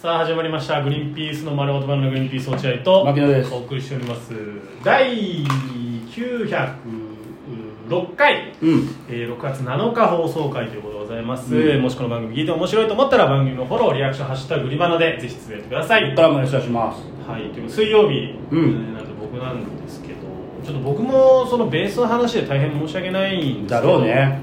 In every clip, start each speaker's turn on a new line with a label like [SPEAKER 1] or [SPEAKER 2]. [SPEAKER 1] さあ始まりましたグリーンピースの丸ごとバナナグリーンピース落合と
[SPEAKER 2] 牧野です
[SPEAKER 1] お送りしております第906回、
[SPEAKER 2] うん
[SPEAKER 1] えー6月7日放送回ということでございます、もしこの番組聞いて面白いと思ったら番組のフォローリアクション「ハッシュタググリバナ」でぜひつぶやいてください
[SPEAKER 2] ドラマお願いします
[SPEAKER 1] はい、でも水曜日、
[SPEAKER 2] うん
[SPEAKER 1] えーなんで僕なんですけどちょっと僕もそのベースの話で大変申し訳ないんですけど
[SPEAKER 2] だろうね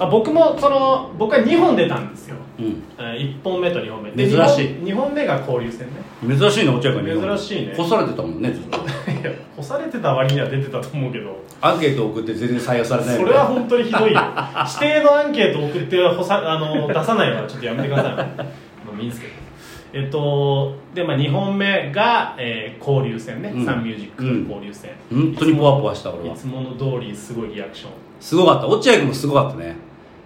[SPEAKER 1] あ僕もその僕は2本出たんですよ、
[SPEAKER 2] うん
[SPEAKER 1] えー1本目と2本目
[SPEAKER 2] 珍しい
[SPEAKER 1] 2本二本目が交流戦ね
[SPEAKER 2] 珍しいね落合君
[SPEAKER 1] 珍しいね
[SPEAKER 2] 干されてたもんねずっと
[SPEAKER 1] いや干されてた割には出てたと思うけど
[SPEAKER 2] アンケート送って全然採用されない
[SPEAKER 1] それは本当にひどいよ指定のアンケート送って干さあ の出さないのはちょっとやめてくださいまあいいんですけどえっとで、まあ、2本目が、えー交流戦ね、
[SPEAKER 2] うん
[SPEAKER 1] サンミュージック
[SPEAKER 2] うん
[SPEAKER 1] 交流戦、
[SPEAKER 2] 本当にポワポワした俺
[SPEAKER 1] い
[SPEAKER 2] は
[SPEAKER 1] つもの通りすごいリアクション、
[SPEAKER 2] すごかった落合君もすごかったね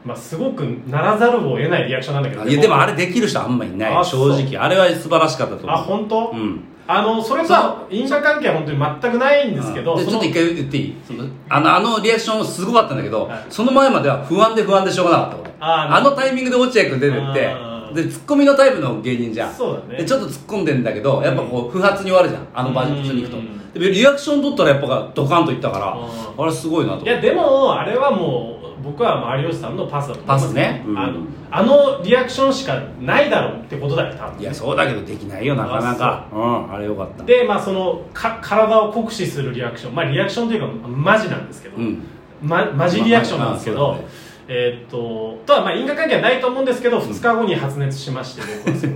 [SPEAKER 1] まあ、すごくならざるを得ないリアクションなんだけど
[SPEAKER 2] いやでもあれできる人あんまいな
[SPEAKER 1] あ
[SPEAKER 2] い正直あれは素晴らしかったと思う
[SPEAKER 1] あ本当、
[SPEAKER 2] うん
[SPEAKER 1] あのそれとは因果関係は本当に全くないんですけど
[SPEAKER 2] で
[SPEAKER 1] そ
[SPEAKER 2] ちょ
[SPEAKER 1] の
[SPEAKER 2] っと一回言っていいそのあのあのリアクションすごかったんだけど、
[SPEAKER 1] はい
[SPEAKER 2] その前までは不安で不安でしょうがなかった俺
[SPEAKER 1] あー
[SPEAKER 2] あのタイミングで落合君出てって
[SPEAKER 1] あー
[SPEAKER 2] でツッコミのタイプの芸人じゃん
[SPEAKER 1] そうだね
[SPEAKER 2] でちょっと突っ込んでんだけどやっぱこう不発に終わるじゃんあの場所に行く
[SPEAKER 1] うんうん
[SPEAKER 2] とでリアクション取ったらやっぱドカンといったから
[SPEAKER 1] う
[SPEAKER 2] あれすごいなと思っ
[SPEAKER 1] い
[SPEAKER 2] て
[SPEAKER 1] やでもあれはもう僕は有吉さんのパスだと思います
[SPEAKER 2] パスねうん
[SPEAKER 1] あのあのリアクションしかないだろうってことだよ多分
[SPEAKER 2] いやそうだけどできないよなかなかうんあれよかった
[SPEAKER 1] でまあそのか体を酷使するリアクションまあリアクションというかマジなんですけど、
[SPEAKER 2] うん
[SPEAKER 1] ま、マジリアクションなんですけ
[SPEAKER 2] まあ
[SPEAKER 1] ど、
[SPEAKER 2] まあそうだね
[SPEAKER 1] えーっととはまあ因果関係はないと思うんですけど2日後に発熱しまして僕は すごいは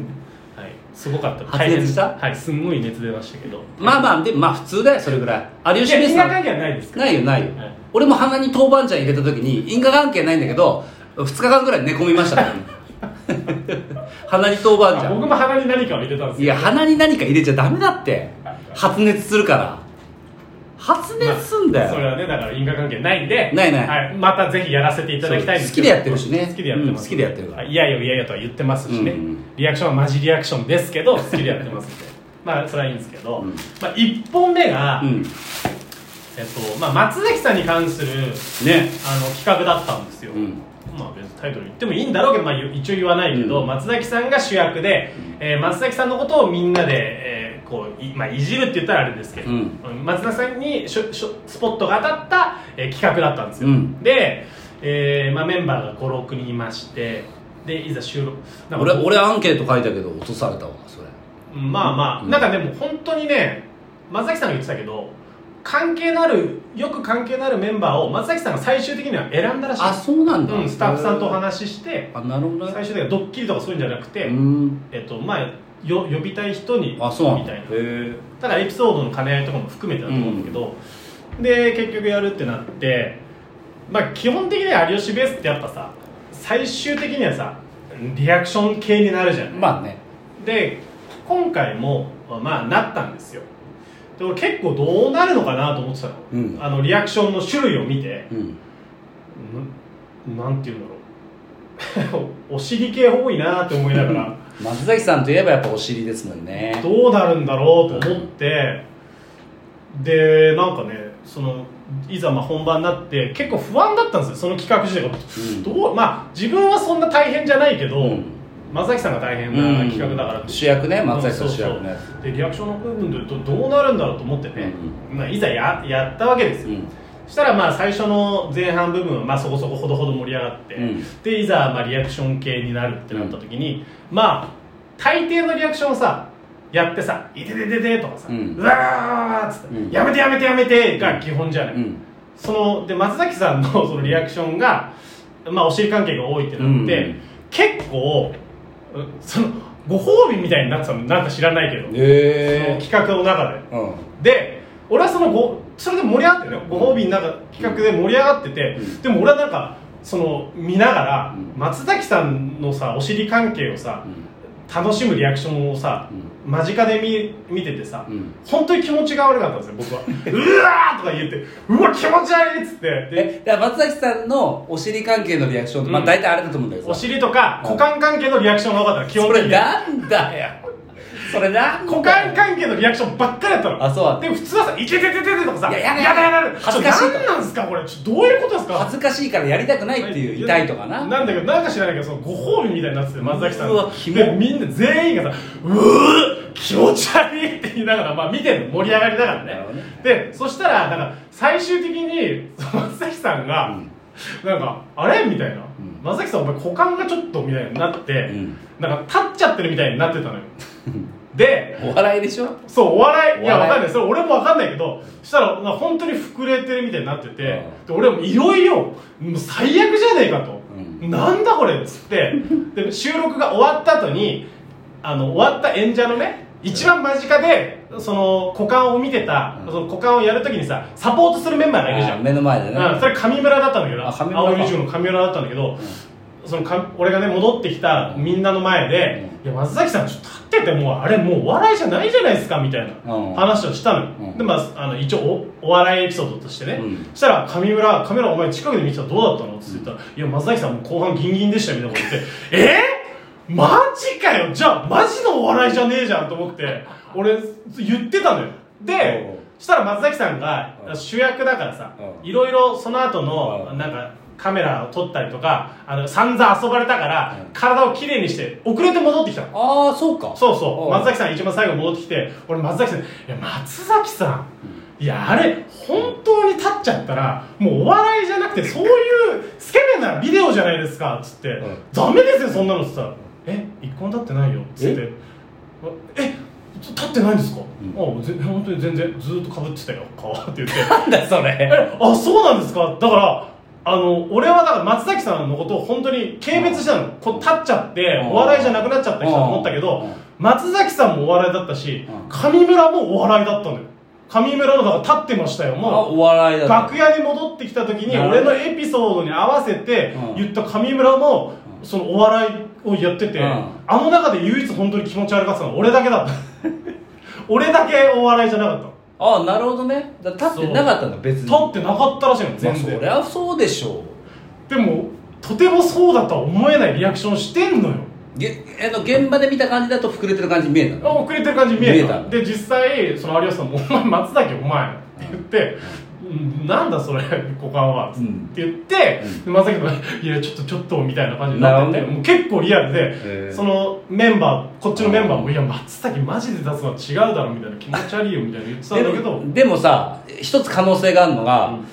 [SPEAKER 1] い、すごかった
[SPEAKER 2] 発熱した
[SPEAKER 1] 大変はいすんごい熱出ましたけど
[SPEAKER 2] まあまあでまあ普通だよそれぐらい有
[SPEAKER 1] い
[SPEAKER 2] 吉
[SPEAKER 1] や
[SPEAKER 2] ベース
[SPEAKER 1] 因
[SPEAKER 2] な
[SPEAKER 1] 果
[SPEAKER 2] ん
[SPEAKER 1] 関
[SPEAKER 2] て
[SPEAKER 1] 係はないですか
[SPEAKER 2] ないよないよ、
[SPEAKER 1] はい
[SPEAKER 2] 俺も鼻に豆板醤入れた時に因果関係ないんだけど2日間ぐらい寝込みま したからね鼻に豆板
[SPEAKER 1] あ僕
[SPEAKER 2] 醤
[SPEAKER 1] も鼻に何かを入れたんです
[SPEAKER 2] い
[SPEAKER 1] けど
[SPEAKER 2] や鼻に何か入れちゃダメだって発熱するから発熱すんだ
[SPEAKER 1] そ
[SPEAKER 2] よ、
[SPEAKER 1] れはねだから因果関係ないんで
[SPEAKER 2] ないない
[SPEAKER 1] はい、またぜひやらせていただきたいんですけど
[SPEAKER 2] そう好きでやってるしね
[SPEAKER 1] 好きでやってます、
[SPEAKER 2] うん好きでやってるから
[SPEAKER 1] いやいやいやいやとは言ってますしね、
[SPEAKER 2] うんうん
[SPEAKER 1] リアクションはマジリアクションですけど好きでやってますん でまあそれはいいんですけど、
[SPEAKER 2] うん
[SPEAKER 1] まあ、1本目が、
[SPEAKER 2] うん
[SPEAKER 1] えっとまあ、松崎さんに関する
[SPEAKER 2] ね
[SPEAKER 1] あの企画だったんですよ、
[SPEAKER 2] うん
[SPEAKER 1] まあ別にタイトル言ってもいいんだろうけど、まあ、言う一応言わないけど、
[SPEAKER 2] うん
[SPEAKER 1] 松崎さんが主役で、えー松崎さんのことをみんなで、えーこうい,、まあ、いじるって言ったらあれですけど、
[SPEAKER 2] うん
[SPEAKER 1] 松崎さんにしょしょスポットが当たった、えー企画だったんですよ、
[SPEAKER 2] うん
[SPEAKER 1] で、えーまあ、メンバーが56人いましてでいざ収録なんか
[SPEAKER 2] 俺俺アンケート書いたけど落とされたわそれ
[SPEAKER 1] うんまあまあ、
[SPEAKER 2] うん
[SPEAKER 1] なんかでも本当にね松崎さんが言ってたけど関係のあるよく関係のあるメンバーを松崎さんが最終的には選んだらしい
[SPEAKER 2] あそうなんだ、
[SPEAKER 1] うん、スタッフさんとお話しして
[SPEAKER 2] あなるほどね
[SPEAKER 1] 最終的にはドッキリとかそういうんじゃなくて、
[SPEAKER 2] うん
[SPEAKER 1] えっとまあ、よ呼びたい人に
[SPEAKER 2] あそうなん
[SPEAKER 1] み
[SPEAKER 2] だ
[SPEAKER 1] たい
[SPEAKER 2] へ
[SPEAKER 1] な
[SPEAKER 2] え
[SPEAKER 1] ただエピソードの兼ね合いとかも含めてだと思うんだけど、で結局やるってなって、まあ、基本的には有吉ベースってやっぱさ最終的にはさリアクション系になるじゃん
[SPEAKER 2] まあね
[SPEAKER 1] で今回もまあなったんですよで俺結構どうなるのかなと思ってたの,、
[SPEAKER 2] うん
[SPEAKER 1] あのリアクションの種類を見て
[SPEAKER 2] うん
[SPEAKER 1] ななんて言うんだろう お尻系多いなって思いながら
[SPEAKER 2] 松崎さんといえばやっぱお尻ですもんね
[SPEAKER 1] どうなるんだろうと思ってでなんかねそのいざまあ本番になって結構不安だったんですよその企画自体が、
[SPEAKER 2] ん
[SPEAKER 1] どうまあ自分はそんな大変じゃないけど、
[SPEAKER 2] うん
[SPEAKER 1] 松崎さんが大変
[SPEAKER 2] うん
[SPEAKER 1] な企画だからって
[SPEAKER 2] 主役ね松崎さん主役ね
[SPEAKER 1] そうそうでリアクションの部分でどどうなるんだろうと思ってね、まあ、いざややったわけですよ、
[SPEAKER 2] うん
[SPEAKER 1] そしたらまあ最初の前半部分はまあそこそこほどほど盛り上がって、
[SPEAKER 2] うん
[SPEAKER 1] でいざまあリアクション系になるってなった時に、まあ大抵のリアクションをさやってさ「いてててて」とかさ「う
[SPEAKER 2] うん
[SPEAKER 1] わー」っつって、
[SPEAKER 2] うん
[SPEAKER 1] やめてやめてやめて」が基本じゃない、
[SPEAKER 2] うん
[SPEAKER 1] そので松崎さんのそのリアクションが、まあ、お尻関係が多いってなって、
[SPEAKER 2] うん
[SPEAKER 1] 結構うそのご褒美みたいになってたのなんか知らないけど、
[SPEAKER 2] へ
[SPEAKER 1] その企画の中で
[SPEAKER 2] えうん
[SPEAKER 1] で俺はそのごそれで盛り上がってるよご褒美なんか企画で盛り上がってて、
[SPEAKER 2] うん
[SPEAKER 1] でも俺はなんかその見ながら、
[SPEAKER 2] うん
[SPEAKER 1] 松崎さんのさお尻関係をさ、楽しむリアクションをさ、間近で見見ててさ、
[SPEAKER 2] うん
[SPEAKER 1] 本当に気持ちが悪かったんですよ僕はうわーとか言ってうわ気持ち悪いっつってで
[SPEAKER 2] えだから松崎さんのお尻関係のリアクションってまあ大体あれだと思うんだけど
[SPEAKER 1] お
[SPEAKER 2] さ
[SPEAKER 1] 尻とか
[SPEAKER 2] うん
[SPEAKER 1] 股間関係のリアクションが多かったの基本
[SPEAKER 2] そ
[SPEAKER 1] 的
[SPEAKER 2] れ
[SPEAKER 1] に
[SPEAKER 2] なんだよそれな
[SPEAKER 1] 股間関係のリアクションばっかりやったの
[SPEAKER 2] あそうだった
[SPEAKER 1] で普通はさ「いけてててて」とかさ「
[SPEAKER 2] いややだ
[SPEAKER 1] やだやだ」
[SPEAKER 2] 恥ずかしい
[SPEAKER 1] ちょ何なんすかこれちょどういうことですか
[SPEAKER 2] 恥ずかしいからやりたくないっていう痛いとかな
[SPEAKER 1] なんだけどなんか知らないけどそのご褒美みたいになってて松崎さん
[SPEAKER 2] うわキモ
[SPEAKER 1] でみんな全員がさ「うー気持ち悪い」って言いながらまあ見てるの盛り上がりだからね
[SPEAKER 2] なるほどね
[SPEAKER 1] でそしたらなんか最終的にその松崎さんが、なんか「あれ?」みたいな「
[SPEAKER 2] ん
[SPEAKER 1] 松崎さんお前股間がちょっと」みたいになって、
[SPEAKER 2] ん
[SPEAKER 1] なんか立っちゃってるみたいになってたのよで
[SPEAKER 2] お笑いでしょ
[SPEAKER 1] そうお笑いいや
[SPEAKER 2] お笑
[SPEAKER 1] わ
[SPEAKER 2] い
[SPEAKER 1] かんないそれ俺もわかんないけどそしたらな本当に膨れてるみたいになっててで俺もいよいよもう最悪じゃねえかと、
[SPEAKER 2] うん
[SPEAKER 1] なんだこれっつってで収録が終わった後にあの終わった演者のね一番間近でその股間を見てた、
[SPEAKER 2] うん
[SPEAKER 1] その股間をやるときにさサポートするメンバーがいるじゃん
[SPEAKER 2] あ目の前でね
[SPEAKER 1] うん、それ上村だったんだけど
[SPEAKER 2] あ上村か
[SPEAKER 1] 青い塾の上村だったんだけど、そのか俺がね戻ってきたみんなの前で「いや松崎さんちょっと立っててもうあれもうお笑いじゃないじゃないですか」みたい
[SPEAKER 2] うん
[SPEAKER 1] な話をしたのよ、
[SPEAKER 2] うん
[SPEAKER 1] でまああの一応おお笑いエピソードとしてね、
[SPEAKER 2] うん
[SPEAKER 1] そしたら上村「上村お前近くで見てたらどうだったの?」って言ったら「いや松崎さんもう後半ギンギンでしたよ」みたいなこと言って「えー、マジかよじゃあマジのお笑いじゃねえじゃん」と思って俺言ってたのよで
[SPEAKER 2] おう
[SPEAKER 1] そしたら松崎さんが
[SPEAKER 2] うん
[SPEAKER 1] 主役だからさ
[SPEAKER 2] うん
[SPEAKER 1] いろいろその後の
[SPEAKER 2] うん
[SPEAKER 1] なんかカメラを撮ったりとかあの散々遊ばれたから
[SPEAKER 2] うん
[SPEAKER 1] 体をきれいにして遅れて戻ってきたの
[SPEAKER 2] ああそうか
[SPEAKER 1] そうそう
[SPEAKER 2] おう
[SPEAKER 1] 松崎さん一番最後戻ってきて俺松崎さんに「いや松崎さんいやあれ本当に立っちゃったらもうお笑いじゃなくてそういうスケベなビデオじゃないですか」っつって「
[SPEAKER 2] ん
[SPEAKER 1] ダメですよそんなの」っつったら「え一個も立ってないよ」っつって
[SPEAKER 2] え
[SPEAKER 1] 「え立ってないんですか
[SPEAKER 2] ん
[SPEAKER 1] あぜ本当に全然ずーっとかぶってたよ顔って言って
[SPEAKER 2] なんだそれ
[SPEAKER 1] えあそうなんですかだからあの俺はだから松崎さんのことを本当に軽蔑したのこう立っちゃって
[SPEAKER 2] うん
[SPEAKER 1] お笑いじゃなくなっちゃった人だと思ったけ
[SPEAKER 2] う
[SPEAKER 1] ど
[SPEAKER 2] ん
[SPEAKER 1] 松崎さんもお笑いだったし
[SPEAKER 2] うん
[SPEAKER 1] 上村もお笑いだったのよ上村のだから立ってましたよ
[SPEAKER 2] あ
[SPEAKER 1] もう
[SPEAKER 2] お笑いだ
[SPEAKER 1] 楽屋に戻ってきた時に
[SPEAKER 2] なる
[SPEAKER 1] 俺
[SPEAKER 2] ほど
[SPEAKER 1] のエピソードに合わせて
[SPEAKER 2] うん
[SPEAKER 1] 言った上村も
[SPEAKER 2] うん
[SPEAKER 1] そのお笑いをやってて
[SPEAKER 2] うん
[SPEAKER 1] あの中で唯一本当に気持ち悪かったのは俺だけ だった俺だけお笑いじゃなかったの
[SPEAKER 2] ああなるほどねだから立ってなかったんだ別に
[SPEAKER 1] 立ってなかったらしいの全然
[SPEAKER 2] まあそりゃそうでしょ
[SPEAKER 1] でもとてもそうだとは思えないリアクションしてんのよ
[SPEAKER 2] うげあの現場で見た感じだと膨れてる感じに見えたの
[SPEAKER 1] 遅れてる感じに見えた
[SPEAKER 2] 見えた
[SPEAKER 1] で実際その有吉さんも「お前松崎お前」って言って「うんなんだそれ股間は」
[SPEAKER 2] う
[SPEAKER 1] っ
[SPEAKER 2] ん
[SPEAKER 1] て言って、で松崎が「いやちょっとちょっと」みたいな感じになって
[SPEAKER 2] な
[SPEAKER 1] て
[SPEAKER 2] るほどね
[SPEAKER 1] もう結構リアル
[SPEAKER 2] へ
[SPEAKER 1] で
[SPEAKER 2] ー
[SPEAKER 1] そのメンバーこっちのメンバーも「いや松崎マジで出すのは違うだろ」みたいな気持ち悪いよみたいな言ってたんだけ
[SPEAKER 2] で
[SPEAKER 1] ど
[SPEAKER 2] もでもさ一つ可能性があるのが、
[SPEAKER 1] うん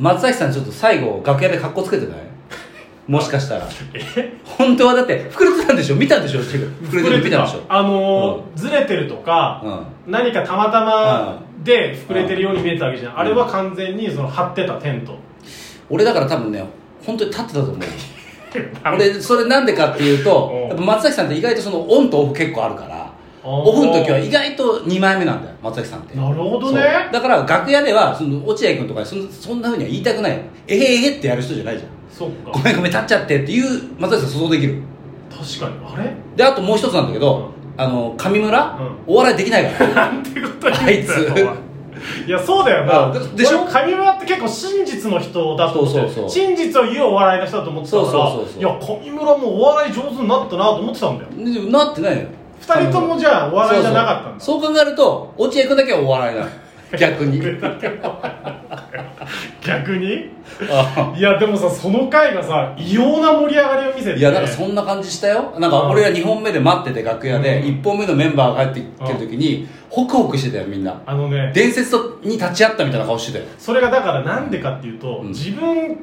[SPEAKER 2] 松崎さんちょっと最後楽屋で格好つけ てないもしかしたら本当はだって膨れてたんでしょ見たんでし ょ膨れてるの見たんでしょ
[SPEAKER 1] あのー
[SPEAKER 2] う
[SPEAKER 1] ずれてるとか、
[SPEAKER 2] う
[SPEAKER 1] 何かたまたまで膨れてるように見えたわけじゃん、
[SPEAKER 2] ん
[SPEAKER 1] あれは完全にその張ってたテント
[SPEAKER 2] 俺だから多分ね本当に立ってたと思う俺それなんでかっていうと
[SPEAKER 1] うん
[SPEAKER 2] やっぱ松崎さんって意外とそのオンとオフ結構あるから
[SPEAKER 1] おー
[SPEAKER 2] オフの時は意外と2枚目なんだよ松崎さんって
[SPEAKER 1] なるほど
[SPEAKER 2] そう
[SPEAKER 1] ね
[SPEAKER 2] だから楽屋ではその落合君とかにそんそんなふうには言いたくないよえへえへってやる人じゃないじゃん
[SPEAKER 1] そうか
[SPEAKER 2] ごめんごめん立っちゃってっていう松崎さん想像できる
[SPEAKER 1] 確かにあれ
[SPEAKER 2] であともう一つなんだけど、あの上村、
[SPEAKER 1] うん
[SPEAKER 2] お笑いできないから
[SPEAKER 1] なんてこと言うんだよ
[SPEAKER 2] あいつ
[SPEAKER 1] お前いやそうだよな
[SPEAKER 2] うんででしょ
[SPEAKER 1] 俺上村って結構真実の人だと思って
[SPEAKER 2] そうそうそう
[SPEAKER 1] 真実を言うお笑いの人だと思ってたから
[SPEAKER 2] そうそうそうそう
[SPEAKER 1] いや上村もお笑い上手になったなと思ってたんだよ
[SPEAKER 2] でなってないよ
[SPEAKER 1] 二人ともじゃあお
[SPEAKER 2] お
[SPEAKER 1] 笑いじゃなかったんだ
[SPEAKER 2] そうそうそう考えると落合君だけはお笑いなの逆に
[SPEAKER 1] 逆に
[SPEAKER 2] あ
[SPEAKER 1] いやでもさその回がさ異様な盛り上がりを見せて
[SPEAKER 2] いやなんかそんな感じしたよなんか俺ら2本目で待ってて楽屋で
[SPEAKER 1] うん
[SPEAKER 2] 1本目のメンバーが帰ってきてる時にホクホクしてたよみんな
[SPEAKER 1] あのね
[SPEAKER 2] 伝説に立ち会ったみたいな顔してたよ
[SPEAKER 1] それがだからなんでかっていうと、
[SPEAKER 2] うん
[SPEAKER 1] 自分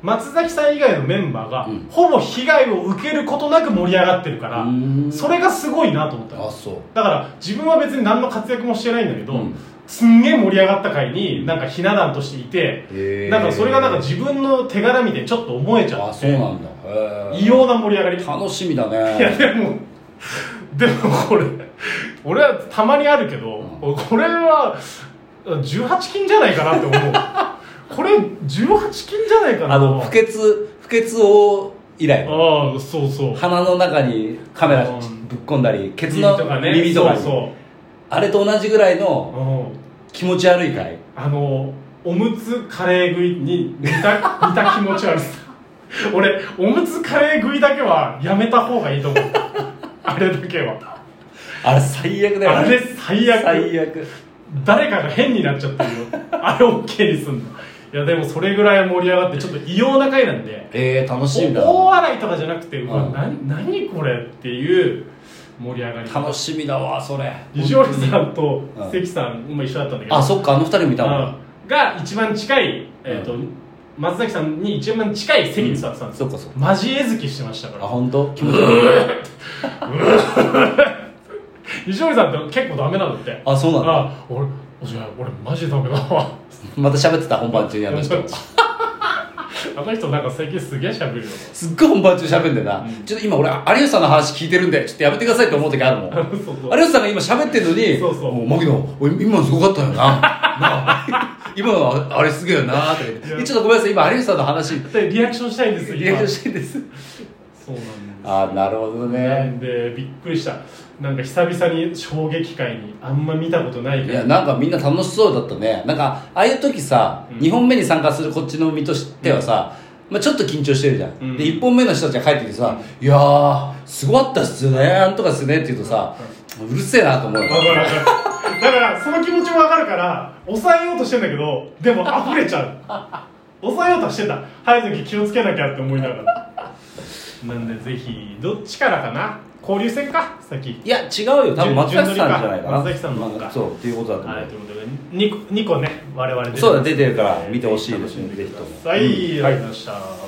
[SPEAKER 1] 松崎さん以外のメンバーが、
[SPEAKER 2] うん
[SPEAKER 1] ほぼ被害を受けることなく盛り上がってるから、
[SPEAKER 2] うーん
[SPEAKER 1] それがすごいなと思った
[SPEAKER 2] あ
[SPEAKER 1] の
[SPEAKER 2] そう
[SPEAKER 1] だから自分は別に何の活躍もしてないんだけど、
[SPEAKER 2] うん
[SPEAKER 1] すんげえ盛り上がった回になんかひな壇としていて、
[SPEAKER 2] へー
[SPEAKER 1] なんかそれがなんか自分の手柄みたいにちょっと思えちゃ
[SPEAKER 2] あ
[SPEAKER 1] っ
[SPEAKER 2] そう
[SPEAKER 1] て
[SPEAKER 2] なんだへー
[SPEAKER 1] 異様な盛り上がり
[SPEAKER 2] 楽しみだ
[SPEAKER 1] いや
[SPEAKER 2] ね
[SPEAKER 1] でもでもこれ俺はたまにあるけど、これは18金じゃないかなって 思うこれ18金じゃないかな
[SPEAKER 2] あの不潔不潔王以来
[SPEAKER 1] ああそうそう
[SPEAKER 2] 鼻の中にカメラ
[SPEAKER 1] うん
[SPEAKER 2] ぶっ込んだりケツの耳とか
[SPEAKER 1] そう
[SPEAKER 2] に
[SPEAKER 1] そ
[SPEAKER 2] あれと同じぐらいの
[SPEAKER 1] う、うん、
[SPEAKER 2] 気持ち悪い回
[SPEAKER 1] あのおむつカレー食いに似 た似た気持ち悪さ俺おむつカレー食いだけはやめた方がいいと思うあれだけは
[SPEAKER 2] あれ最悪だよね
[SPEAKER 1] あれ最悪
[SPEAKER 2] 最悪
[SPEAKER 1] 誰かが変になっちゃってるよ あれ OK にすんのいやでもそれぐらい盛り上がってちょっと異様な回なんで
[SPEAKER 2] えー、楽しいんだ
[SPEAKER 1] お大笑いとかじゃなくてうわ
[SPEAKER 2] うん
[SPEAKER 1] な何これっていう盛り上がり
[SPEAKER 2] 楽しみだわそれ
[SPEAKER 1] 西堀さんと
[SPEAKER 2] うん
[SPEAKER 1] 関さんも一緒だったんだけど
[SPEAKER 2] あそっかあの二人もいたもん
[SPEAKER 1] うんが一番近い、えーと
[SPEAKER 2] う
[SPEAKER 1] 松崎さんに一番近い席に座ってたんです
[SPEAKER 2] そ
[SPEAKER 1] よ、
[SPEAKER 2] っかそっか
[SPEAKER 1] マジ絵好きしてましたか
[SPEAKER 2] あ
[SPEAKER 1] ら
[SPEAKER 2] 本当気持ち悪い
[SPEAKER 1] 西堀さんって結構ダメなんだって
[SPEAKER 2] あそうなんだ
[SPEAKER 1] あ俺おじゃ俺マジダメだわ
[SPEAKER 2] また喋ってた本番中にあの人
[SPEAKER 1] あの人なんか最近すげえ喋るよ
[SPEAKER 2] すっごい本番中喋んでな、
[SPEAKER 1] うん
[SPEAKER 2] ちょっと今俺有吉さんの話聞いてるんでちょっとやめてくださいって思う時あるも ん
[SPEAKER 1] そうそう
[SPEAKER 2] 有吉さんが今喋ってるのに
[SPEAKER 1] そうそう
[SPEAKER 2] もう牧野おい今のすごかったよななあ 今のああれすげえよなって言って
[SPEAKER 1] いや
[SPEAKER 2] ちょっとごめんなさい今有吉さんの話
[SPEAKER 1] でリアクションしたいんです
[SPEAKER 2] リアクション
[SPEAKER 1] 今
[SPEAKER 2] してんです
[SPEAKER 1] そうなんです
[SPEAKER 2] あなるほど
[SPEAKER 1] なんでびっくりしたなんか久々に衝撃会にあんま見たことない
[SPEAKER 2] い
[SPEAKER 1] か
[SPEAKER 2] や
[SPEAKER 1] ら
[SPEAKER 2] なんかみんな楽しそうだったねなんかああいう時さ、
[SPEAKER 1] うん
[SPEAKER 2] 2本目に参加するこっちの身としてはさ、まあ、ちょっと緊張してるじゃん、
[SPEAKER 1] うん
[SPEAKER 2] で1本目の人たちが帰ってきてさ「いやーすごかったっすねなんとかっすね」って言うとさ、うるせえなと思うよ
[SPEAKER 1] わかるわかるだからその気持ちもわかるから抑えようとしてんだけどでも溢れちゃう抑えようとしてた入る時気をつけなきゃって思いながらなんでぜひどっちからかな交流戦か先
[SPEAKER 2] いや違うよ多分松崎さんじゃないかな
[SPEAKER 1] 松崎さんの方か
[SPEAKER 2] そうっていうことだと思う、
[SPEAKER 1] はいということで 2, 個2個ね我々出てます
[SPEAKER 2] そうだ出てるから見てほしいですね
[SPEAKER 1] 楽ん
[SPEAKER 2] ぜひとも
[SPEAKER 1] ください、
[SPEAKER 2] うん
[SPEAKER 1] ありがとうございました、